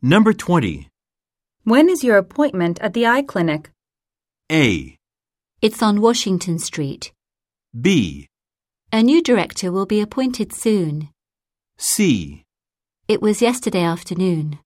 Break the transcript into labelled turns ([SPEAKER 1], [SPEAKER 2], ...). [SPEAKER 1] Number 20.
[SPEAKER 2] When is your appointment at the eye clinic?
[SPEAKER 1] A.
[SPEAKER 3] It's on Washington Street.
[SPEAKER 1] B.
[SPEAKER 3] A new director will be appointed soon.
[SPEAKER 1] C.
[SPEAKER 3] It was yesterday afternoon.